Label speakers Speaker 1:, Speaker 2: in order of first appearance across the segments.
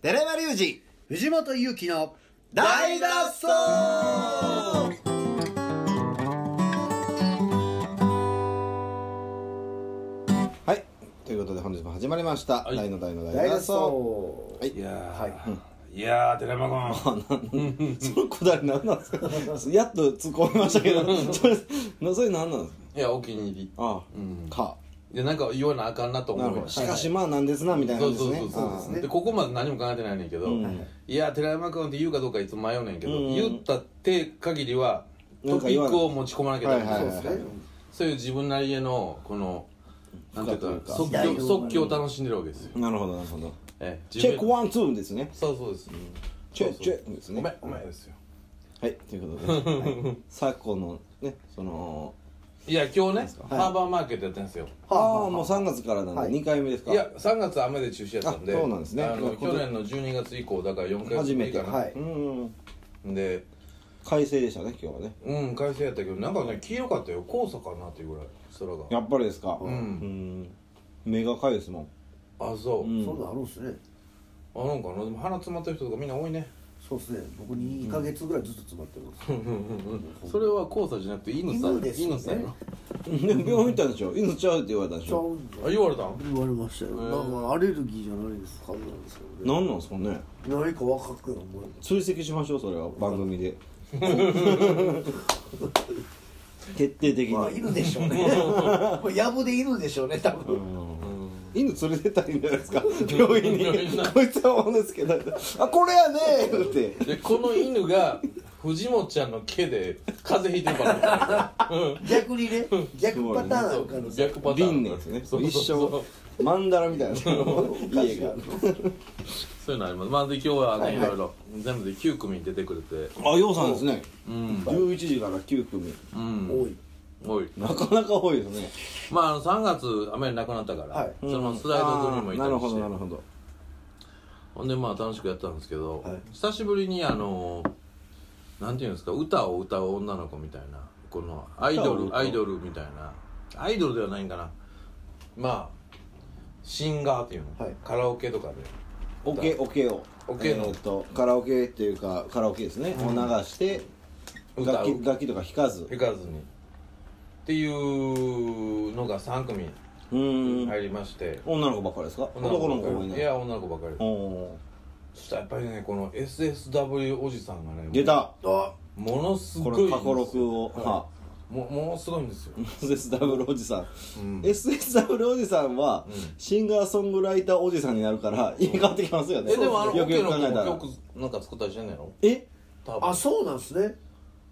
Speaker 1: 寺山隆
Speaker 2: 二藤本勇樹の
Speaker 1: 二大脱走はいということで本日も始まりました「
Speaker 3: い
Speaker 1: 大の大の大
Speaker 2: 大脱
Speaker 1: 脱
Speaker 2: 走
Speaker 1: 走」はい
Speaker 3: いやー、、
Speaker 2: はい
Speaker 3: やー寺山君
Speaker 1: そのくだり何なんですかやっと突っ込みましたけどそれなそれ何なんですか
Speaker 3: いやお気に入り
Speaker 1: ああ、か
Speaker 3: いやなんか言わなあかんなと
Speaker 1: なる
Speaker 3: 思う
Speaker 1: ほ
Speaker 3: よ
Speaker 1: どしかしまあなんですなみたいな
Speaker 3: そ
Speaker 1: ん
Speaker 3: う
Speaker 1: で
Speaker 3: そ
Speaker 1: す
Speaker 3: う
Speaker 1: ね
Speaker 3: そう
Speaker 1: あ
Speaker 3: そ
Speaker 1: あ
Speaker 3: うでここまで何も考えてないねんけど、
Speaker 1: うん
Speaker 3: いや寺山君って言うかどうかいつも迷うねんけど、
Speaker 1: うん
Speaker 3: 言ったって限りは
Speaker 1: なん
Speaker 3: ト
Speaker 1: か
Speaker 3: ピ
Speaker 1: 言わ
Speaker 3: ッ
Speaker 1: ない
Speaker 3: クを持ち込まなきゃダメ、
Speaker 1: はい
Speaker 2: そ
Speaker 1: は
Speaker 2: う
Speaker 1: い
Speaker 2: で
Speaker 1: は
Speaker 2: す
Speaker 1: い
Speaker 2: ね
Speaker 3: そういう自分なりへのこのなんていう
Speaker 1: 深く
Speaker 3: か
Speaker 1: か
Speaker 3: 即
Speaker 2: 時代を
Speaker 3: 興即興を楽しんでるわけですよ、
Speaker 1: なるほどなるほど
Speaker 3: ええ
Speaker 1: チェック
Speaker 3: は
Speaker 1: ワンツーですね
Speaker 3: そうそうです、
Speaker 1: チェ
Speaker 3: そうそう
Speaker 1: チェックです
Speaker 3: ごめ
Speaker 1: ね
Speaker 3: んごめんですよ
Speaker 1: はいということで、はい、昨今のねその
Speaker 3: いや今日ね、ハーバーマーケットやったんですよ
Speaker 2: はあ
Speaker 1: ああもう3月からなんで
Speaker 2: はい
Speaker 1: 2回目ですか、
Speaker 3: いや3月は雨で中止やったんで
Speaker 1: あそうなんですね
Speaker 3: あ
Speaker 1: な
Speaker 3: の
Speaker 1: るほど
Speaker 3: 去年の12月以降だから4回
Speaker 1: 初めて
Speaker 3: かな、
Speaker 2: はい
Speaker 1: うん
Speaker 3: で
Speaker 1: 快晴でしたね今日はね
Speaker 3: うん快晴やったけどなんかね黄色かったよ黄砂かなっていうぐらい空が
Speaker 1: やっぱりですか
Speaker 2: う
Speaker 1: うんん目がかゆいですもん
Speaker 3: あそう、
Speaker 1: うん
Speaker 2: そんなんあるんですね
Speaker 3: あなんかなでも鼻詰まってる人とかみんな多いね
Speaker 2: そうですね僕2ヶ月ぐらいずっと詰まってるんですよ
Speaker 3: それは黄砂じゃなくて犬さん
Speaker 2: 犬ですよね
Speaker 3: 犬さんやろ
Speaker 1: で も病院行ったんでしょ犬ちゃうって言われたんでし
Speaker 2: ちゃ
Speaker 1: ょ
Speaker 2: うんだ
Speaker 3: あ言われたん
Speaker 2: 言われましたよなんかアレルギーじゃないですかなんですけどね
Speaker 1: 何なんですかね
Speaker 2: 何か若く思える
Speaker 1: 追跡しましょうそれは番組 で徹底的
Speaker 2: まあ
Speaker 1: に
Speaker 2: 犬でしょうねこ れ野暮で犬でしょうね多分
Speaker 1: 犬連れてったらいいんじゃないですか病院 にこいつは思うんですけどあこれやねーって
Speaker 3: でこの犬が藤本ちゃんの毛で風邪ひいてるから
Speaker 2: 逆にね逆パターンある可能性
Speaker 3: 逆パターン
Speaker 1: 輪廻です
Speaker 3: そ
Speaker 1: ね
Speaker 3: うそう
Speaker 1: 一
Speaker 3: そう
Speaker 1: 生マンダラみた いな家が
Speaker 3: そういうのありますまあで今日はね、
Speaker 2: はい
Speaker 3: い
Speaker 2: はい
Speaker 3: ろいろ全部で9組出てくれて
Speaker 1: あようさんですね
Speaker 3: うん
Speaker 1: 11時から9組
Speaker 3: うん
Speaker 2: 多い
Speaker 3: おい
Speaker 1: なかなか多いですね
Speaker 3: まああの3月雨なくなったから、
Speaker 2: はい
Speaker 3: そのスライド組もいた
Speaker 1: あーなる
Speaker 3: り
Speaker 1: ほ
Speaker 3: し
Speaker 1: ど
Speaker 3: て
Speaker 1: なるほど
Speaker 3: ほんでまあ楽しくやったんですけど、
Speaker 2: はい
Speaker 3: 久しぶりにあのなんていうんですか歌を歌う女の子みたいなこのアイ
Speaker 1: 歌
Speaker 3: ド
Speaker 1: を歌
Speaker 3: ル
Speaker 1: う
Speaker 3: アイドルみたいなアイドルではないんかなまあシンガーっていうの、
Speaker 2: はい
Speaker 3: カラオケとかで
Speaker 1: オケオケを
Speaker 3: オケの
Speaker 1: えーっとカラオケっていうかカラオケですねを流して
Speaker 3: 歌
Speaker 1: 楽
Speaker 3: う
Speaker 1: 器楽器とか弾かず
Speaker 3: 弾かずにっていうのが3組
Speaker 1: うーん
Speaker 3: 入りまして、
Speaker 1: 女の子ばっかりですか
Speaker 3: の
Speaker 1: 男の子
Speaker 3: ばっ
Speaker 1: も
Speaker 3: か
Speaker 1: い
Speaker 3: り
Speaker 1: ない
Speaker 3: いや女の子ばっかり
Speaker 1: おお
Speaker 3: そしたらやっぱりねこの SSW おじさんがね
Speaker 1: ー出た
Speaker 2: あ
Speaker 3: ものすご
Speaker 1: こ
Speaker 3: い
Speaker 1: れ過去録をは
Speaker 3: はもものすごいんです よ、
Speaker 1: SSW おじさん
Speaker 3: うん
Speaker 1: SSW おじさんは
Speaker 3: うん
Speaker 1: シンガーソングライターおじさんになるから家変わってきますよね
Speaker 3: えでもあの
Speaker 1: よ
Speaker 3: オ
Speaker 1: く
Speaker 3: ケ
Speaker 1: よ
Speaker 3: の
Speaker 1: く考
Speaker 3: 子
Speaker 1: えた
Speaker 3: も
Speaker 1: ら
Speaker 3: 曲なんか作ったりしてんのやろ
Speaker 1: え
Speaker 3: 多分
Speaker 2: あそうなんですね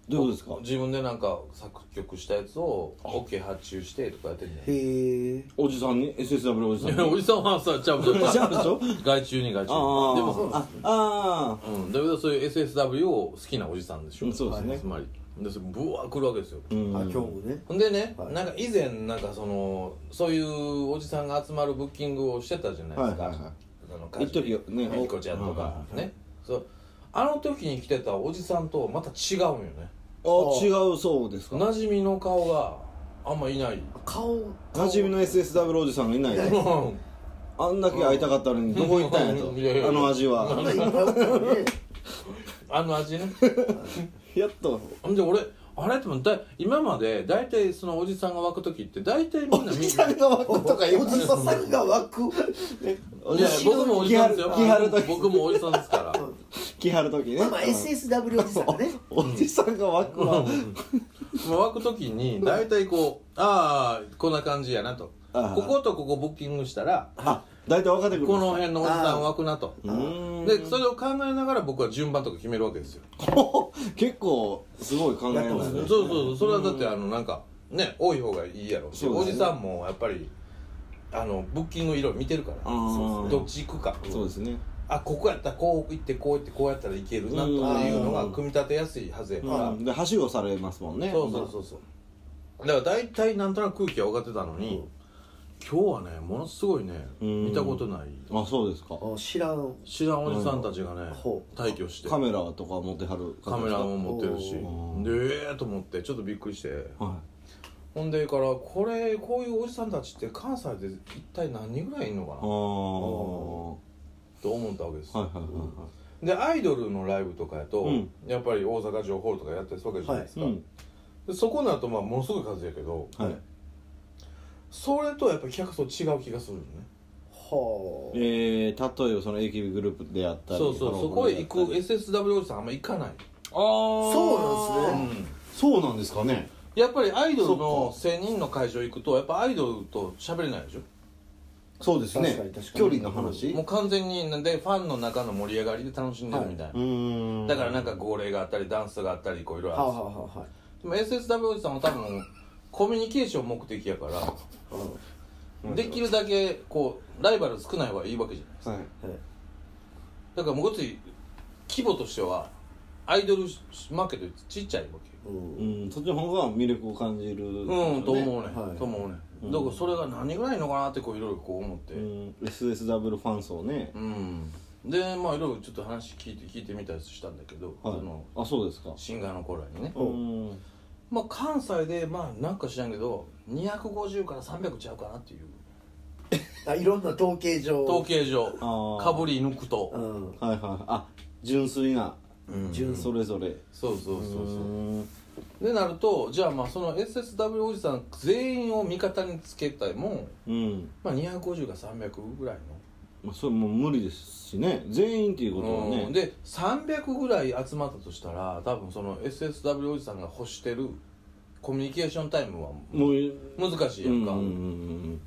Speaker 1: どういうことですか
Speaker 3: 自分でなんか作曲したやつをオケ発注してとかやってんね
Speaker 2: へえ
Speaker 1: おじさんに SSW おじさん
Speaker 3: んいやお
Speaker 1: に
Speaker 3: じさんはさちゃうちゃう
Speaker 1: ちゃうでしょ
Speaker 3: 外注に外注にで
Speaker 1: あー
Speaker 3: も
Speaker 1: ああ
Speaker 3: うんだけどそういう SSW を好きなおじさんでし
Speaker 1: う
Speaker 3: ょ
Speaker 1: んそうですね
Speaker 3: つまりでそれブワー来るわけですよ
Speaker 1: ーうん
Speaker 2: あ今日もね
Speaker 3: ほんでね、
Speaker 2: はい
Speaker 3: なんか以前なんかそのそういうおじさんが集まるブッキングをしてたじゃないですか、
Speaker 1: はいはいはい
Speaker 3: あの
Speaker 1: 一時よね
Speaker 3: みこちゃんと
Speaker 1: はい
Speaker 3: か
Speaker 1: はい
Speaker 3: ね、そうあの時に来てたおじさんとまた違うんよね
Speaker 1: あ違うそうですか
Speaker 3: 馴染みの顔があんまいない
Speaker 2: 顔
Speaker 1: 馴染みの SSW おじさんがいないですあんだけ会いたかったのにどこ行ったんや
Speaker 3: いやい
Speaker 1: と
Speaker 3: や
Speaker 1: あの味
Speaker 2: 顔
Speaker 1: は
Speaker 2: がいっぱいあったね
Speaker 3: あの味ね
Speaker 1: やっと
Speaker 3: ほんで俺あれって思った今まで大体そのおじさんが湧く時って大体みんなみ
Speaker 1: 北が湧くとか
Speaker 2: おじさんが湧く
Speaker 3: い や僕もおじさんですよ
Speaker 1: 気張る気張る時
Speaker 3: 僕もおじさんですから
Speaker 1: 気張る時ね
Speaker 2: まあまあ SSW おじさんがね
Speaker 1: おじさんが湧くわ
Speaker 3: もう湧く時に大体こうああこんな感じやなと
Speaker 1: ああ
Speaker 3: こことここブッキングしたら
Speaker 1: あ大体分かってくる
Speaker 3: この辺のおじさん湧くなと
Speaker 1: うーん
Speaker 3: でそれを考えながら僕は順番とか決めるわけですよ
Speaker 1: 結構すごい考えない
Speaker 2: やっと
Speaker 3: そう
Speaker 2: ね
Speaker 3: そうそうそれはだってあのなんかね多い方がいいやろうし
Speaker 1: そう
Speaker 3: お
Speaker 1: ですね
Speaker 3: じさんもやっぱりあのブッキングいろいろ見てるから
Speaker 1: あー
Speaker 3: そうですねどっち行くか
Speaker 1: そうですね
Speaker 3: あここやったらこう行ってこう行ってこうやったらいけるなとかいうのが組み立てやすいはずやから
Speaker 1: うんではしごされますもんね
Speaker 3: そうそうそうそうだから大体なんとなく空気は分かってたのに今日はねものすごいね
Speaker 1: うん
Speaker 3: 見たことない
Speaker 1: あそうですか
Speaker 2: あ知らん
Speaker 3: 知らんおじさんたちがね
Speaker 2: ほ
Speaker 3: 退去して
Speaker 1: カメラとか持ってはる
Speaker 3: カメラも持ってるしで
Speaker 1: お
Speaker 3: ええと思ってちょっとびっくりして
Speaker 1: は
Speaker 3: ほんでからこれこういうおじさんたちって関西で一体何人ぐらいいんのか
Speaker 1: いあ
Speaker 3: と思ったわけです、
Speaker 1: はいはいは
Speaker 3: でアイドルのライブとかやと、
Speaker 1: うん
Speaker 3: やっぱり大阪城ホールとかやってるわけじゃないです
Speaker 1: い
Speaker 3: か、
Speaker 1: うん
Speaker 3: でそこの後まあものすごい数やけど、
Speaker 1: はい
Speaker 3: それとはやっぱ客層違う気がするよね
Speaker 2: はあ
Speaker 1: えー、例えばその AKB グループでやったり
Speaker 3: そうそうそこへ行く
Speaker 1: あ
Speaker 3: SSW おじさんあんま行かない、
Speaker 1: あー
Speaker 2: そうなんすね
Speaker 1: そうなんですかね
Speaker 3: やっぱりアイドルの1000人の会場行くとやっぱアイドルと喋れないでしょ
Speaker 1: そうです
Speaker 2: 確か
Speaker 1: ね
Speaker 2: に確か
Speaker 1: 距
Speaker 2: に
Speaker 1: 離の話
Speaker 3: もう完全になんでファンの中の盛り上がりで楽しんでるみたいな、
Speaker 1: うーん
Speaker 3: だからなんか号令があったりダンスがあったりこういろいろ
Speaker 2: はあ
Speaker 3: あ
Speaker 2: はあはあはい
Speaker 3: るんですでも SSW おじさんは多分コミュニケーション目的やからできるだけこうライバル少ない方がいいわけじゃない
Speaker 1: はい
Speaker 2: はい
Speaker 3: だからもうごっつい規模としてはアイドルマーケットよりちっちゃいわけ
Speaker 2: うん
Speaker 1: うんそっちの方が魅力を感じる
Speaker 3: うんと思うね、
Speaker 2: はい
Speaker 3: と思うね、だからそれが何ぐらいのかなってこういろいろこう思って
Speaker 1: うん SSW ファン層ね
Speaker 3: うんでまあいろいろちょっと話聞いて聞いてみたりしたんだけど、
Speaker 1: はい
Speaker 3: あの
Speaker 1: あそうですか
Speaker 3: シンガーの頃にね、
Speaker 1: うん
Speaker 3: まあ関西でまあなんか知らんけど250から300ちゃうかなっていう
Speaker 2: あいろんな統計上
Speaker 3: 統計上
Speaker 1: あー
Speaker 3: かぶり抜くと、
Speaker 2: うん
Speaker 1: はいはいあ純粋な
Speaker 3: うん
Speaker 2: 純粋
Speaker 1: それぞれ
Speaker 3: そうそうそう
Speaker 1: う
Speaker 3: そ
Speaker 1: ーん
Speaker 3: うでなるとじゃあまあその SSW おじさん全員を味方につけたいもん、
Speaker 1: うん
Speaker 3: まあ、250か300ぐらいの
Speaker 1: まあそれもう無理ですしね全員っていうことは
Speaker 3: う
Speaker 1: ね
Speaker 3: ん、で300ぐらい集まったとしたら多分その SSW おじさんが欲してるコミュニケーションタイムは
Speaker 1: もう
Speaker 3: 難しいやんか、
Speaker 1: うんうんうんうん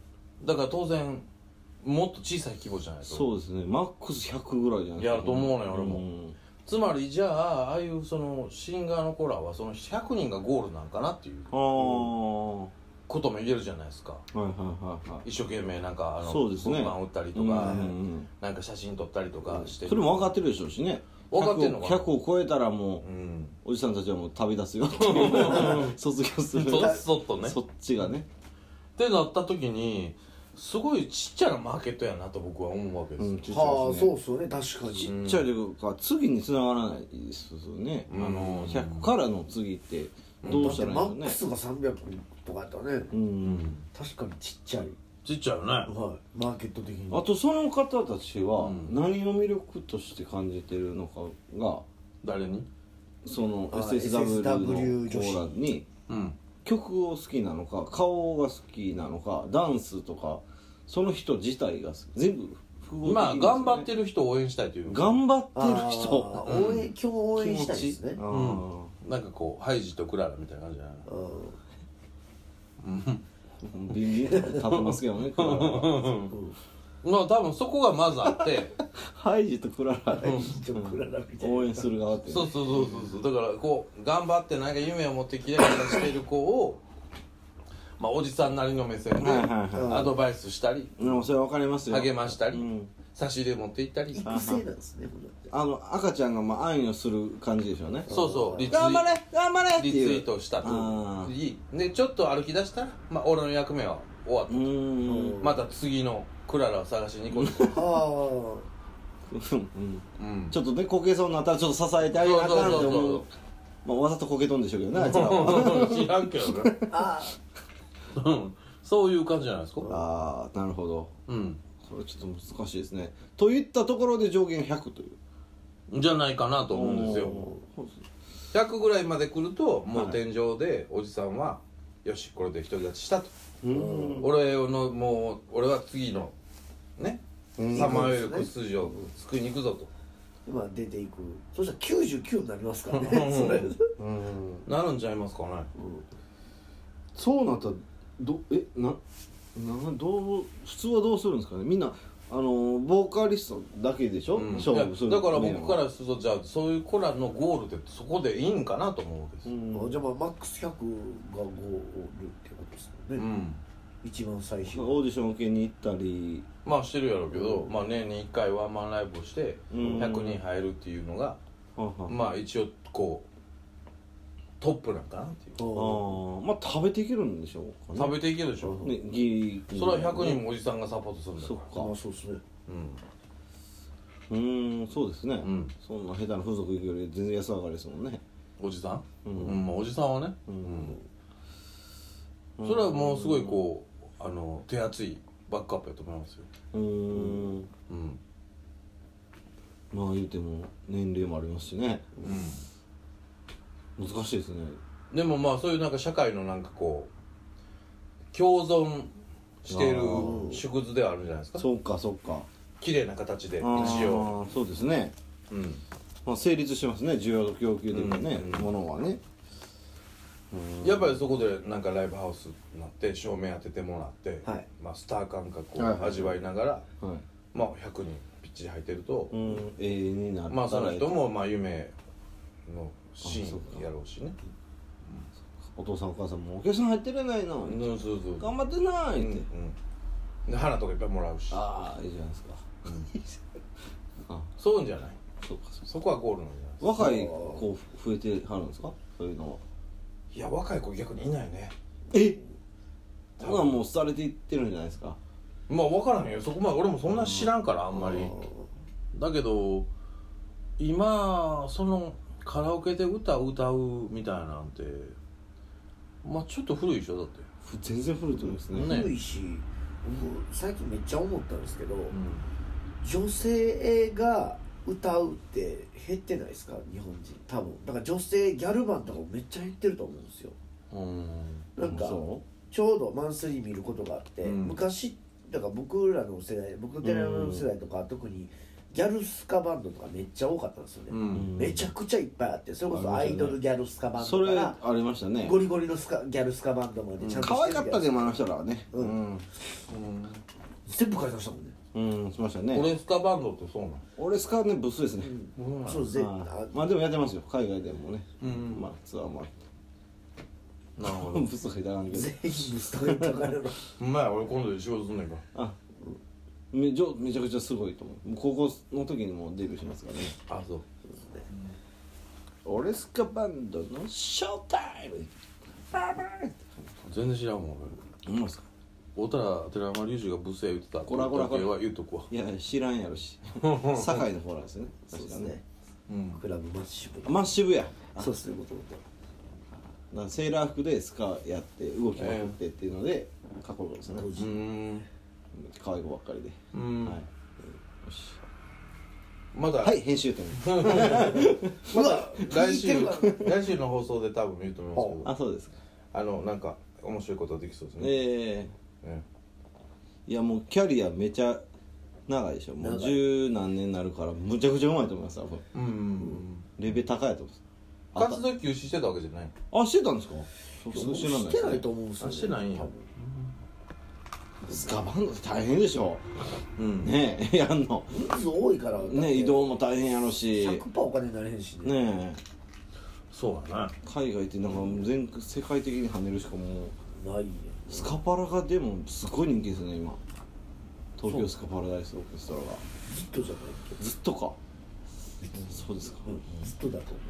Speaker 3: だから当然もっと小さい規模じゃないと
Speaker 1: そうですねマックス100ぐらいじゃないですか
Speaker 3: いやと思うね俺も
Speaker 1: ん
Speaker 3: つまりじゃあああいうそのシンガーの子らはその100人がゴールなんかなっていう
Speaker 1: ああは
Speaker 3: ことも言えるじゃないですか
Speaker 1: いはいはいはい
Speaker 3: 一生懸命なんかあの
Speaker 1: そうですね
Speaker 3: 黒板打ったりと
Speaker 1: うん
Speaker 3: か、
Speaker 1: うん
Speaker 3: なんか写真撮ったりとかして
Speaker 1: うんそ
Speaker 3: る
Speaker 1: れも分かってるでしょうしね
Speaker 3: 分かってんのかな
Speaker 1: 100を100を超えたらもう
Speaker 3: うん
Speaker 1: おじさんたちはもう旅立つ よっていう卒業する
Speaker 3: そそっとね
Speaker 1: そっちがね、
Speaker 3: ってなった時にすごいちっちゃなマーケットやなと僕は思うわけですよ、
Speaker 1: ちっちゃ
Speaker 2: はいあ
Speaker 1: ですね
Speaker 2: そうっすよね確かに
Speaker 1: ちっちゃいというか次に繋がらないですよね、
Speaker 3: うん
Speaker 1: あの100からの次ってど
Speaker 2: だ
Speaker 1: う
Speaker 2: っ
Speaker 1: した
Speaker 2: て
Speaker 1: らいい
Speaker 2: マ
Speaker 1: の
Speaker 2: ッ
Speaker 1: ね
Speaker 2: クスが300とかやったらね
Speaker 1: うん
Speaker 2: 確かにちっちゃい
Speaker 3: ちっちゃいよね
Speaker 2: はいマーケット的に
Speaker 1: あとその方たちは
Speaker 3: うん
Speaker 1: 何を魅力として感じてるのかが
Speaker 3: 誰に
Speaker 1: その
Speaker 2: あ
Speaker 1: SSW の
Speaker 2: SSW
Speaker 1: コ
Speaker 2: 女子
Speaker 1: ーラに
Speaker 3: うん
Speaker 1: 曲を好きなのか顔が好きなのかダンスとかその人自体が好き全部複合的
Speaker 3: まあ
Speaker 1: ですよね
Speaker 3: 頑張ってる人を応援したいというか
Speaker 1: 頑張って
Speaker 2: あ
Speaker 1: る
Speaker 2: ー
Speaker 1: 人
Speaker 2: 応援今日応援したいですね
Speaker 1: 気持ち
Speaker 3: うんなんかこうハイジとクララみたいな感じじゃない
Speaker 2: うん
Speaker 1: ビンビンと立ってますけどねクララ
Speaker 3: まあ多分そこがまずあって
Speaker 1: ハイジとクララ
Speaker 2: ちょっとクララみたいな
Speaker 1: 応援する側っていう
Speaker 3: そ
Speaker 1: ね
Speaker 3: うそうそうそうそうだからこう頑張ってなんか夢を持ってきれいにしている子をまあおじさんなりの目線で
Speaker 1: はいはい
Speaker 2: はい
Speaker 3: アドバイスしたり
Speaker 1: でもそれ分かりますよ
Speaker 3: 励ましたり、
Speaker 1: うん
Speaker 3: 差し入れ持って行ったり
Speaker 2: 育成なんですねほんなって
Speaker 1: あの赤ちゃんがまあ愛をする感じでしょうね
Speaker 3: そうそうリツイ
Speaker 1: 頑張れ頑張れって
Speaker 3: リツイ
Speaker 1: いう
Speaker 3: ートした
Speaker 1: あ
Speaker 3: とでちょっと歩き出したら、まあ、俺の役目は終わっ
Speaker 1: う
Speaker 3: た、
Speaker 1: ーん
Speaker 3: また次のクララを探しに行こうと、
Speaker 2: は
Speaker 1: うん
Speaker 3: うん
Speaker 1: ちょっとねこけそうになったらちょっと支えてあげなあかんって
Speaker 3: そうそう
Speaker 1: 思
Speaker 3: そうう
Speaker 1: まあわざとこけとんでしょうけどねあいつら は
Speaker 3: 知らんけどね
Speaker 2: ああ
Speaker 3: うんそういう感じじゃないですか
Speaker 1: ああなるほど
Speaker 3: うん
Speaker 1: これちょっと難しいですねといったところで上限100という
Speaker 3: じゃないかなと思うんですよ
Speaker 1: おーそうですね
Speaker 3: 100ぐらいまで来るとも
Speaker 1: は
Speaker 3: う
Speaker 1: い
Speaker 3: 天井でおじさんはよしこれで独り立ちしたと
Speaker 1: うーん
Speaker 3: 俺のもう俺は次のね
Speaker 1: うん
Speaker 3: さまよえる子筋を救いに行くぞと
Speaker 2: 今出ていくそしたら99になります からねそれ
Speaker 1: うん
Speaker 3: なるんちゃいますかね
Speaker 1: そうなったらどえななどう普通はどうするんですかねみんなあのボーカリストだけでしょ、
Speaker 3: うん
Speaker 1: 勝負す
Speaker 3: い
Speaker 1: る
Speaker 3: やだから僕からするとじゃあそういう子らのゴールってそこでいいんかなと思うわけです
Speaker 1: う
Speaker 3: よ
Speaker 1: ん
Speaker 2: じゃあまあマックス100が5おるってことです
Speaker 3: う
Speaker 2: よ
Speaker 3: ん、
Speaker 2: ね一番最初
Speaker 1: オーディション受けに行ったり
Speaker 3: まあしてるやろうけど、まあ年に1回ワンマンライブをして
Speaker 1: うん
Speaker 3: 100人入るっていうのが、
Speaker 1: はは
Speaker 3: まあ一応こうトップなんかなっていう
Speaker 1: あーまあ食べていけるんでしょうかね
Speaker 3: 食べていけるでしょ、
Speaker 1: ねギリ
Speaker 3: それは100人もおじさんがサポートするんだか
Speaker 1: そ
Speaker 3: ら
Speaker 1: っ
Speaker 2: まあ
Speaker 1: か
Speaker 2: そうですね
Speaker 3: うん
Speaker 1: うーんそうですね、
Speaker 3: ん
Speaker 1: そんな下手な風俗行くより全然安上がりですもんね
Speaker 3: おじさん、
Speaker 1: う
Speaker 3: う
Speaker 1: ん
Speaker 3: んまあおじさんはね、
Speaker 1: うん
Speaker 3: うんそれはもうすごいこうあの手厚いバックアップやと思いますよ、
Speaker 1: うーん
Speaker 3: うん、
Speaker 1: まあ言うても年齢もありますしね
Speaker 3: う
Speaker 1: 難しいですね
Speaker 3: ん、でもまあそういうなんか社会のなんかこう共存してる
Speaker 1: あー
Speaker 3: 縮図ではあるんじゃないですか
Speaker 1: そうかそうか
Speaker 3: 綺麗な形で一応、
Speaker 1: ああそうですね、
Speaker 3: うん、
Speaker 1: まあ、成立してますね需要と供給というかね、
Speaker 3: うんうん
Speaker 1: ものはね
Speaker 3: やっぱりそこでなんかライブハウスになって照明当ててもらって、
Speaker 2: はい
Speaker 3: まあ、スター感覚
Speaker 1: はいはい
Speaker 3: を
Speaker 1: はい
Speaker 3: 味わいながら、
Speaker 1: はい
Speaker 3: まあ、100人ピッチで入ってると、
Speaker 1: うん永遠になったら
Speaker 3: まあその人もまあ夢のシ
Speaker 1: あそう
Speaker 3: ーン
Speaker 1: か
Speaker 3: やろうしね
Speaker 1: お父さんお母さんもお客さん入ってれないな、
Speaker 3: うんそうそうそう
Speaker 1: 頑張ってな
Speaker 3: う
Speaker 1: い
Speaker 3: ん
Speaker 1: って、
Speaker 3: うんで花とかいっぱいもらうし、
Speaker 1: ああいいじゃないです か
Speaker 3: うん
Speaker 1: あ
Speaker 3: そういうんじゃない
Speaker 1: そうかそうか
Speaker 3: そこはゴールなんじゃない
Speaker 1: 若い子増えてはるんですかそういうのはい
Speaker 3: や若い子逆にいないね
Speaker 1: えただもう廃れていってるんじゃないですか
Speaker 3: まあ分からんよそこまで俺もそんな知らんからあんまりだけど今そのカラオケで歌歌うみたいなんてまあちょっと古いでしょだって
Speaker 1: ふ全然古いと思いますね
Speaker 3: ね
Speaker 2: 古いし僕最近めっちゃ思ったんですけど、
Speaker 3: う
Speaker 2: 女性が歌うって減ってないですか日本人多分だから女性ギャルバンとかもめっちゃ減ってると思うんですよ
Speaker 3: ん
Speaker 2: なんか
Speaker 1: そ
Speaker 2: ちょうどマンスリー見ることがあって、
Speaker 3: うん
Speaker 2: 昔だから僕らの世代僕寺山の世代とか、特にギャルスカバンドとかめっちゃ多かったんですよね、
Speaker 3: うん
Speaker 2: めちゃくちゃいっぱいあってそれこそ
Speaker 1: あ
Speaker 2: ア
Speaker 1: り
Speaker 2: イ
Speaker 1: ましたね
Speaker 2: ドルギャルスカバ
Speaker 1: う
Speaker 2: ンド
Speaker 1: それ
Speaker 2: から
Speaker 1: ありましたね
Speaker 2: ゴリゴリのスカギャルスカバンドまでちゃんと
Speaker 1: 可愛かった
Speaker 2: で
Speaker 1: でもあの人らはね
Speaker 2: うん
Speaker 3: うん
Speaker 2: ステップ変えてましたもんね
Speaker 1: うんしましたね
Speaker 3: 俺スカバンドってそうなの
Speaker 1: 俺スカーねブスですね
Speaker 3: うん
Speaker 2: そうぜ
Speaker 1: は
Speaker 2: あ
Speaker 1: いまあでもやってますよ海外でもね
Speaker 3: うん
Speaker 1: まあツアーもあっ
Speaker 3: なるほ
Speaker 1: て
Speaker 3: ど
Speaker 1: ブスがいたらんけど
Speaker 2: 全員ブスとか言ったからの
Speaker 3: うまい俺今度で仕事すんねんか
Speaker 1: あめちゃめちゃくちゃすごいと思うもう高校の時にもうデビューしますからね
Speaker 3: あそう
Speaker 1: 俺スカバンドのショータイムバイバイ
Speaker 3: 全然知らんもん
Speaker 1: ほんまですか
Speaker 3: 俺太田寺山隆二がブスや言ってた
Speaker 1: こらこらこら
Speaker 3: だけは言うとくわ
Speaker 1: いや知らんや ろし堺の方なんですよね
Speaker 2: そう
Speaker 1: 確
Speaker 2: で
Speaker 1: か
Speaker 2: す
Speaker 1: ね
Speaker 2: ね
Speaker 3: うん
Speaker 2: クラブマッシブ
Speaker 1: まあ渋谷
Speaker 2: そうですねもともと
Speaker 1: なんかセーラー服でスカやって動きまくってっていうので、かっこよかったです
Speaker 2: 当
Speaker 1: ね
Speaker 2: 時
Speaker 3: うん
Speaker 1: 可愛い子ばっかりで、
Speaker 3: うん
Speaker 1: はい、よし
Speaker 3: まだ
Speaker 1: はい編集点
Speaker 3: まだ来
Speaker 2: 聞いて
Speaker 3: 週
Speaker 2: るわ
Speaker 3: 来週の放送で多分見ると思いま
Speaker 1: あ
Speaker 3: す
Speaker 1: そうですか
Speaker 3: けどあのなんか面白いことできそうですね
Speaker 1: ええ
Speaker 3: ね
Speaker 1: いやもうキャリアめちゃ長いでしょもう
Speaker 2: 長い
Speaker 1: 十何年になるからむちゃくちゃうまいと思います多分
Speaker 3: うん
Speaker 1: レベル高いと思います
Speaker 3: 活動休止してたわけじゃない
Speaker 1: あしてたんですかそうそう知らない
Speaker 2: し
Speaker 1: ですね
Speaker 2: てないと思うんですよ、
Speaker 3: あ
Speaker 2: ね、
Speaker 3: してないんや
Speaker 2: 多分
Speaker 1: スカバンドって大変でしょ
Speaker 3: うん
Speaker 1: ねえ やんの
Speaker 2: 人数多いから
Speaker 1: ねえ移動も大変やろしね
Speaker 2: 100%お金になれへんしね
Speaker 1: え
Speaker 3: そうだな
Speaker 1: 海外ってなんか全世界的に跳ねるしかもう
Speaker 2: ないね
Speaker 1: スカパラがでもすごい人気ですね今東京スカパラダイスオーケストラが
Speaker 2: ずっとじゃないっけ
Speaker 1: ずっとかそうですか
Speaker 2: ずっとだと思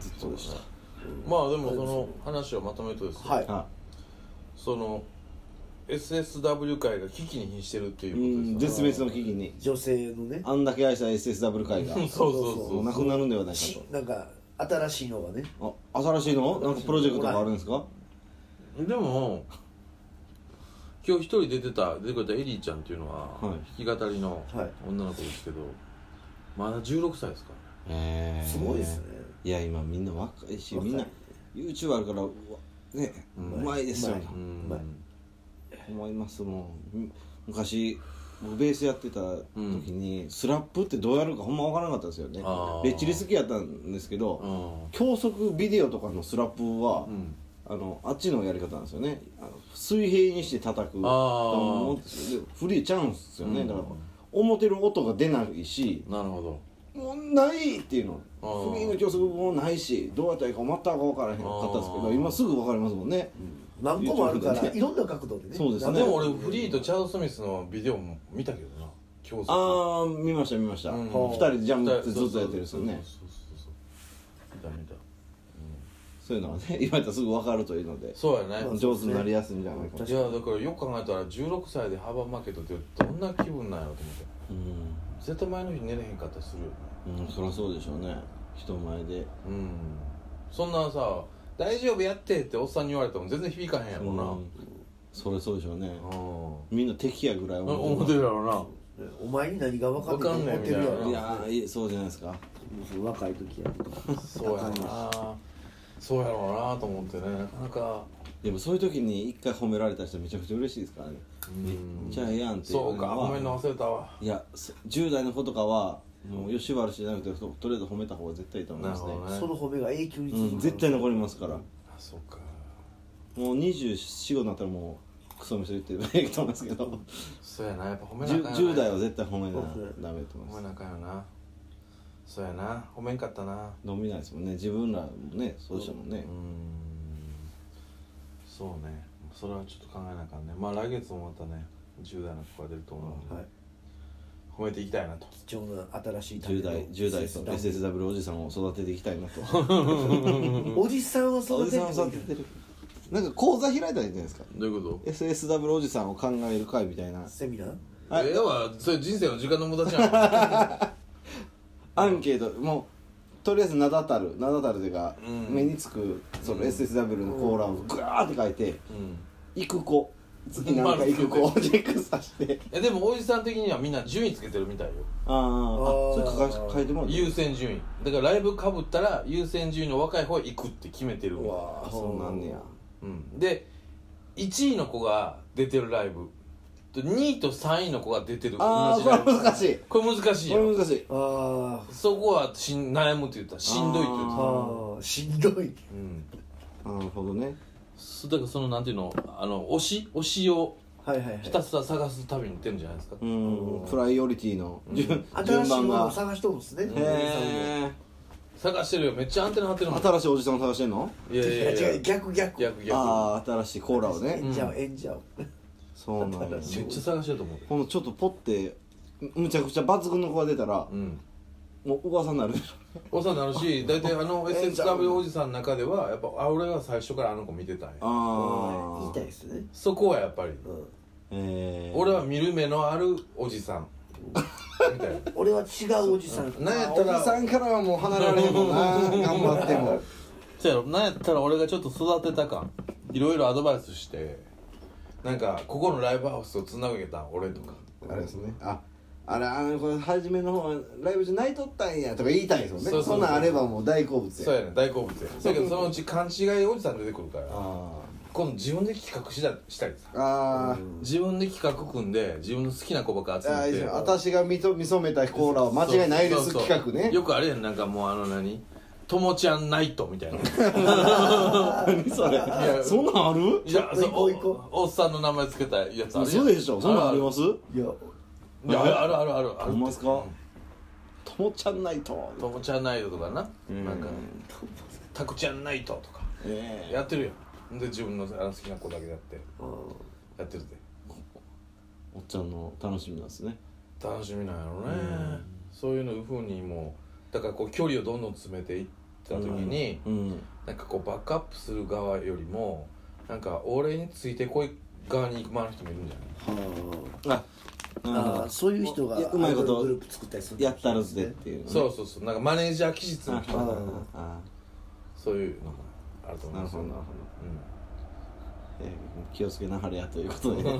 Speaker 1: ずっとでした
Speaker 3: まあでもその話をまとめるとです
Speaker 2: うは
Speaker 3: ね
Speaker 2: い
Speaker 1: は
Speaker 3: その SSW 界が危機に瀕してるって
Speaker 1: い
Speaker 3: いううんことです
Speaker 1: 絶滅の危機に
Speaker 2: 女性のね
Speaker 1: あんだけ愛した SSW 会が
Speaker 3: よね そうそ
Speaker 2: そ
Speaker 3: う
Speaker 2: う
Speaker 1: もう
Speaker 3: そ
Speaker 1: な
Speaker 3: う
Speaker 1: くなるんではないか
Speaker 2: しなんか新しいのがね
Speaker 1: とあ新しいのなんかプロジェクトがあるんですか
Speaker 3: でも今日一人出てた出てくれたエリーちゃんっていうのは
Speaker 1: は
Speaker 3: 弾き語りの
Speaker 2: はい
Speaker 3: 女の子ですけどまだ16歳ですか
Speaker 1: へえ
Speaker 2: すごいですね
Speaker 1: いや今みんな若いし
Speaker 2: 若い
Speaker 1: みんな YouTube あるからうわねう
Speaker 3: うん
Speaker 1: まいですよね
Speaker 2: う
Speaker 3: らうん
Speaker 2: まい
Speaker 1: 思いますもんみ昔僕ベースやってた時に、スラップってどうやるかほんま分からなかったですよね
Speaker 3: あー
Speaker 1: レッチリ好きやったんですけど、
Speaker 3: うん
Speaker 1: 教則ビデオとかのスラップは、
Speaker 3: うん
Speaker 1: あのあっちのやり方なんですよねあの水平にして叩く
Speaker 3: あー
Speaker 1: でフリーちゃうんですよね、
Speaker 3: うん
Speaker 1: だから思ってる音が出ないし
Speaker 3: なるほど
Speaker 1: もうないっていうの
Speaker 3: あー
Speaker 1: フリーの教則もないしどうやったらいいか全く分からへんかったですけ
Speaker 3: あ
Speaker 1: ど
Speaker 3: ー
Speaker 1: 今すぐ分かりますもんね、
Speaker 2: 何個もあるから
Speaker 1: YouTube でね
Speaker 2: いろんな角度でね
Speaker 1: そうですね
Speaker 3: でも俺フリーとチャード・スミスのビデオも見たけどな今日
Speaker 1: ああ見ました見ました、
Speaker 3: うん
Speaker 1: 2人でジャムってずっとやってるんですよね
Speaker 3: そうそうそうそう見た見た
Speaker 1: そういうのはね、 今やったらすぐ分かるというので、
Speaker 3: そうやね
Speaker 2: まあ
Speaker 1: 上手になりやすいんじゃないか
Speaker 2: 確
Speaker 1: な。
Speaker 2: か
Speaker 3: いやだからよく考えたら16歳でハーバーマーケットってどんな気分なんやろと思って
Speaker 1: う
Speaker 3: 絶対前の日寝れへんかったりするよね
Speaker 1: ん、うん、そりゃそうでしょうね。人前で。
Speaker 3: うんそんなさ「大丈夫やって」っておっさんに言われても全然響かへんやろな
Speaker 1: うんそりゃそうでしょうね。
Speaker 3: うん
Speaker 1: みんな敵やぐらい
Speaker 3: 思って
Speaker 1: る。
Speaker 3: るやろ
Speaker 2: お前に何が分かってんねんって思ってるや
Speaker 3: 分かんねん
Speaker 2: ろ
Speaker 3: み
Speaker 1: い
Speaker 3: た
Speaker 1: やいいそうじゃないですか
Speaker 2: 若い時やると
Speaker 3: そうやろなそうやろうなと思ってねなかなか
Speaker 1: でもそういう時に一回褒められた人めちゃくちゃ嬉しいですからね
Speaker 3: うん
Speaker 1: めっちゃええやんってい
Speaker 3: そう
Speaker 1: の
Speaker 3: うか
Speaker 1: は
Speaker 3: 褒めんの忘れたわ
Speaker 1: いやそ10代の子とかはもうよし悪しじゃなくてととりあえず褒めた方が絶対いいと思いますね
Speaker 3: なるほどね
Speaker 2: その褒めが永久に
Speaker 1: うん、絶対残りますからも
Speaker 3: あそうか
Speaker 1: う2445になったらもうクソ飯言っていいと思いますけど
Speaker 3: そうやなやっぱ褒めなあ
Speaker 1: 10,
Speaker 3: かんよな
Speaker 1: 10代は絶対褒めなダメだと思い
Speaker 3: 褒
Speaker 1: ま
Speaker 3: め
Speaker 1: す
Speaker 3: なあかんよなそうやな褒めんかったな
Speaker 1: 飲みないですもんね自分らもねそうでしたもん
Speaker 3: う
Speaker 1: ね
Speaker 3: ーんそうねそれはちょっと考えなあかんねまあ来月もまたね10代の子が出ると思うんで、
Speaker 2: はい
Speaker 3: 褒めていきたいなと
Speaker 2: 貴重な新しい旅
Speaker 1: 10代10代と SSW おじさんを育てていきたいなと
Speaker 2: おじさんを
Speaker 1: お
Speaker 2: 育
Speaker 1: じ
Speaker 2: て
Speaker 1: さん
Speaker 2: る
Speaker 1: を 育ててるなんか講座開いたらいいんじゃないですか
Speaker 3: どういうこ
Speaker 1: SSW おじさんを考える会みたいな
Speaker 2: セミナー
Speaker 3: とええわそれ人生の時間の無駄じゃん
Speaker 1: アンケートもうとりあえず名だたる名だたるというか、
Speaker 3: うん
Speaker 1: 目につくその SSW のコーラをグワーって書いて
Speaker 3: うん
Speaker 1: 「行く子」次なんか行く子をチェックさせて
Speaker 3: えでもおじさん的にはみんな順位つけてるみたいよ
Speaker 1: あーあそれ書か書いてもらって
Speaker 3: 優先順位だからライブかぶったら優先順位の若い方へ行くって決めてるみたい
Speaker 1: あそうなんねや
Speaker 3: うん、で1位の子が出てるライブと2位と3位の子が出てる
Speaker 1: あ
Speaker 3: 同じライ
Speaker 1: ー
Speaker 3: ブ
Speaker 1: これ難しい
Speaker 3: これ難しい
Speaker 1: こ
Speaker 3: や
Speaker 1: れ
Speaker 3: ん
Speaker 1: 難しい
Speaker 2: あ
Speaker 3: そこはしん悩むって言ったしんどいって
Speaker 2: あ
Speaker 3: 言った
Speaker 1: あ
Speaker 2: ああしんどい
Speaker 3: うん
Speaker 1: なるほどね
Speaker 3: そだからそのなんていうのあの推し推しを
Speaker 2: はいはいはい
Speaker 3: ひたすら探す旅に行ってるんじゃないですか、
Speaker 1: うんプライオリティの順
Speaker 2: 新
Speaker 1: 順
Speaker 2: しい
Speaker 1: 番
Speaker 2: ものを
Speaker 1: が
Speaker 2: 探しとるんですね
Speaker 1: へえ
Speaker 3: 探してるよめっちゃアンテナ張ってるもん
Speaker 1: 新しいおじさんを探してんの
Speaker 3: いやいやいや
Speaker 2: 違う逆逆
Speaker 3: 逆逆
Speaker 1: ああ新しいコーラをね
Speaker 2: 演じゃう演じゃう
Speaker 1: そうなんや
Speaker 2: 新しい
Speaker 3: めっちゃ探してると思う
Speaker 1: このちょっとポってむちゃくちゃ抜群の子が出たら
Speaker 3: うん
Speaker 1: もう噂になるでし
Speaker 3: お世話になるし大体あの
Speaker 1: ええんちゃう
Speaker 3: SSW おじさんの中ではやっぱあ俺は最初からあの子見てたんや
Speaker 1: ょああ
Speaker 2: 言いたいですね
Speaker 3: そこはやっぱり
Speaker 2: うん
Speaker 1: えー、
Speaker 3: 俺は見る目のあるお じさんみたいな
Speaker 2: 俺は違うおじさん
Speaker 3: なんやっ
Speaker 1: お
Speaker 3: た
Speaker 1: じ
Speaker 3: ら
Speaker 1: さんからはもう離れられへんもんな頑張っても
Speaker 3: そうやろなんやったら俺がちょっと育てた感いろいろアドバイスしてなんかここのライブハウスをつなげたん俺とか
Speaker 1: あれですねああれあのこれ初めの方はライブじゃないとったんやとか言いたいですもんね
Speaker 3: そ
Speaker 1: そう
Speaker 3: そうそうん
Speaker 1: なんあればもう大好物や
Speaker 3: そうやねん大好物やそうやけどそのうち勘違いおじさん出てくるから
Speaker 1: あ
Speaker 3: 今度自分で企画しだしたりさ
Speaker 1: ーあー、
Speaker 3: 自分で企画組んで自分の好きな子ばっか集
Speaker 1: あーいい
Speaker 3: め
Speaker 1: です
Speaker 3: て
Speaker 1: ね私が見と見初めたコーラは間違いないで
Speaker 3: そ
Speaker 1: す
Speaker 3: うそうそう
Speaker 1: 企画ね
Speaker 3: よくあれやんなんかもうあの何ともちゃんナイト みたいな
Speaker 1: 何それ
Speaker 3: や
Speaker 1: そんなんある
Speaker 3: いや
Speaker 2: ちょっと行こう
Speaker 3: そ
Speaker 2: 行こ
Speaker 3: おおっさんの名前つけたやつあるや
Speaker 1: 嘘でしょそんなんあります
Speaker 2: いや
Speaker 3: いやあるあるあるあ
Speaker 1: ほ
Speaker 3: る
Speaker 1: んまっすかともちゃんないと
Speaker 3: ともちゃんナイトとかななんかたくちゃんナイトとか
Speaker 1: ええ
Speaker 3: やってるやんで自分のあの好きな子だけやってやってるで
Speaker 1: おっちゃんの楽しみなんですね
Speaker 3: 楽しみなんやろねそういうのふうにもうだからこう距離をどんどん詰めていった時に
Speaker 1: うん
Speaker 3: なんかこうバックアップする側よりもなんか俺についてこい側に回る人もいるんじゃない
Speaker 2: は
Speaker 1: あ
Speaker 2: あああそういう人が
Speaker 1: いやうまいこと
Speaker 2: アイドルグループ作ったりする
Speaker 1: やったらずでっていうね
Speaker 3: そうそうそうなんかマネージャー気質の人
Speaker 1: あ
Speaker 3: とか
Speaker 1: ああ
Speaker 3: そういうのもあると思いますよ
Speaker 1: なるほどなる
Speaker 3: うん
Speaker 1: えー気をつけなはれやということ で
Speaker 3: はい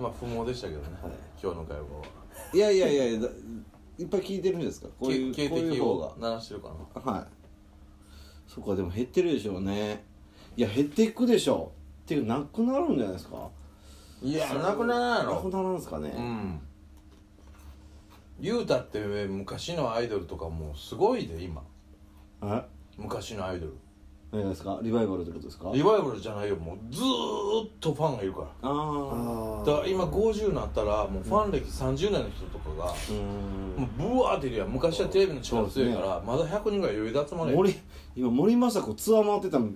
Speaker 3: まあ不毛でしたけどね、
Speaker 2: はい
Speaker 3: 今日の会話はい
Speaker 1: やいやいやいやいっぱい聞いてるんですかこういうこう
Speaker 3: け警
Speaker 1: いう
Speaker 3: 笛
Speaker 1: 方
Speaker 3: を
Speaker 1: が
Speaker 3: 鳴らしてるかな
Speaker 1: はいそっかでも減ってるでしょうねいや減っていくでしょうっていうかなくなるんじゃないですか
Speaker 3: いやなくならないや
Speaker 1: なくな
Speaker 3: ろ
Speaker 1: るんですか
Speaker 3: う
Speaker 1: ね
Speaker 3: ん言うたって昔のアイドルとかもうすごいで今
Speaker 1: え
Speaker 3: 昔のアイドル
Speaker 1: 何がですかリバイバルってことですか
Speaker 3: リバイバルじゃないよもうずーっとファンがいるから
Speaker 1: ああ
Speaker 2: あ
Speaker 3: だから今50になったらもうファン歴30年の人とかが
Speaker 1: うーん
Speaker 3: もうブワーっているやん昔はテレビの力強いからまだ100人ぐらい余裕で集まれる
Speaker 1: 森今森昌子ツアー回ってたの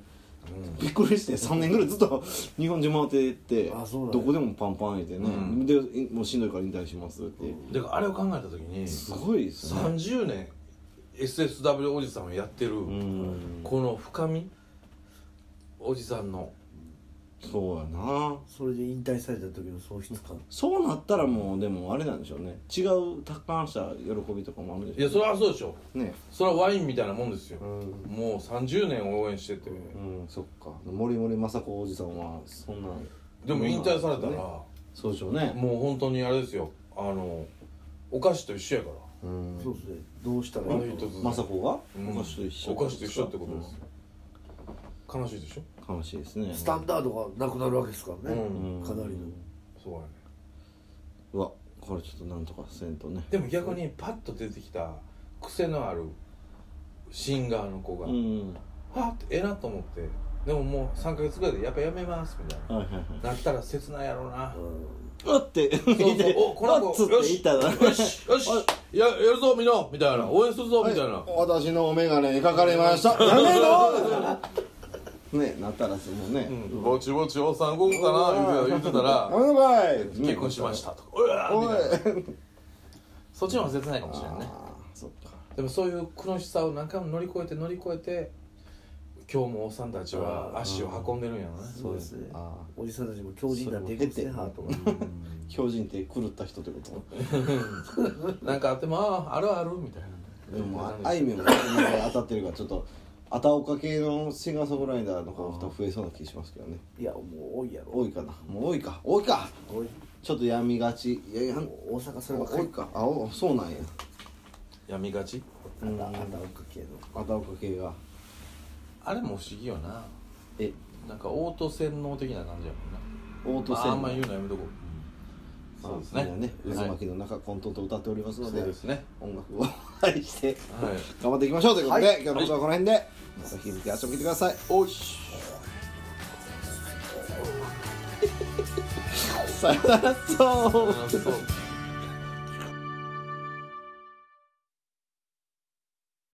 Speaker 1: びっくりして3年ぐらいずっと 日本中回ってって
Speaker 2: あそうなんや
Speaker 1: どこでもパンパンいてね、
Speaker 3: うん
Speaker 1: でもうしんどいから引退しますって、
Speaker 3: だからあれを考えた時に
Speaker 1: すごいですね
Speaker 3: 30年 SSW おじさんをやってる、
Speaker 1: うん
Speaker 3: この深みおじさんの
Speaker 1: そうやな
Speaker 2: それで引退された時の喪失感
Speaker 1: そうなったらもうでもあれなんでしょうね違う達観した喜びとかもあるんで
Speaker 3: い
Speaker 1: しょ
Speaker 3: やそれはそうでしょ
Speaker 1: うね
Speaker 3: それはワインみたいなもんですよ、
Speaker 1: ん
Speaker 3: もう30年応援してて、
Speaker 1: うんそっか森森昌子おじさんはそんな
Speaker 3: でも引退された
Speaker 1: そう
Speaker 3: ら、
Speaker 1: ねそうでしょうね
Speaker 3: もう本当にあれですよああのお菓子と一緒やから
Speaker 1: うん
Speaker 2: そうですねどうしたらい
Speaker 3: あ
Speaker 2: い
Speaker 3: の人
Speaker 2: の
Speaker 3: と
Speaker 1: まさこが
Speaker 3: うん
Speaker 1: お菓子と一緒
Speaker 3: お菓子と一緒ってことです、悲しいでしょ
Speaker 1: うん悲しいですね
Speaker 2: スタンダードがなくなるわけですからね、
Speaker 3: うん
Speaker 1: うん
Speaker 2: かなりの
Speaker 3: そうやね
Speaker 1: うわこれちょっとなんとかせんとね
Speaker 3: でも逆にパッと出てきた癖のあるシンガーの子が、
Speaker 1: うん
Speaker 3: はあええなと思ってでももう3か月ぐらいでやっぱやめますみたい
Speaker 1: はいはいはい
Speaker 3: ななったら切ないやろうな
Speaker 2: う
Speaker 1: うわって
Speaker 3: そうそう
Speaker 1: 見 て
Speaker 3: おこの子
Speaker 1: うわっつっ
Speaker 3: よ
Speaker 1: て
Speaker 3: し
Speaker 1: 言ったら
Speaker 3: よしよしややるぞみんなみたいな応援するぞみたいな
Speaker 1: 私のお眼鏡描かれましたやめ ろねなったらすもうね、
Speaker 3: うんぼちぼちおっさん動くかな言うて言ってた
Speaker 1: や
Speaker 3: ら
Speaker 1: めろかい
Speaker 3: 結婚しましたとかうわ
Speaker 1: おい
Speaker 3: ーみたいなそっちの方が切ないかもしれないね
Speaker 1: あーそっか
Speaker 3: でもそういう苦しさを何回も乗り越えて乗り越えて今日もおっさんたちは足を運んでるんやろね
Speaker 2: んそうですね
Speaker 1: あ
Speaker 2: おじさんたちも強靭になっていくんですね
Speaker 1: それ
Speaker 2: ハ
Speaker 1: も
Speaker 2: ー
Speaker 1: 経
Speaker 2: ト
Speaker 1: て
Speaker 2: が
Speaker 3: うん
Speaker 1: ー狂人って狂った人ってこと
Speaker 3: なんかあってもあああるあるみたいな
Speaker 1: でもああいみょんが当たってるからちょっとあたおか系のシンガーソングライダーの方が増えそうな気しますけどね
Speaker 2: いやもう多いやろ
Speaker 1: 多いかなもう多いか多いか
Speaker 2: 多い
Speaker 1: ちょっとやみがちいやいや
Speaker 2: もう大阪そればっか
Speaker 1: 多
Speaker 2: り
Speaker 1: いかあおそうなんや
Speaker 3: やみがち
Speaker 2: あんたあんた奥系の
Speaker 1: あたおか系が
Speaker 3: あれも不思議よな
Speaker 1: え
Speaker 3: なんか応答洗脳的な感じやもんな
Speaker 1: オートセ
Speaker 3: ああんま言うのやめとこう
Speaker 1: そうです
Speaker 3: は
Speaker 1: ね
Speaker 3: い
Speaker 1: 渦巻きの中混沌と歌っておりますの
Speaker 3: そう
Speaker 1: で
Speaker 3: ですね
Speaker 1: 音楽を愛して
Speaker 3: はい
Speaker 1: 頑張っていきましょうということで、
Speaker 2: はい
Speaker 1: 今日の放送はこの辺でまた引き続き足を見てくださいおいしさよならそう
Speaker 3: あそう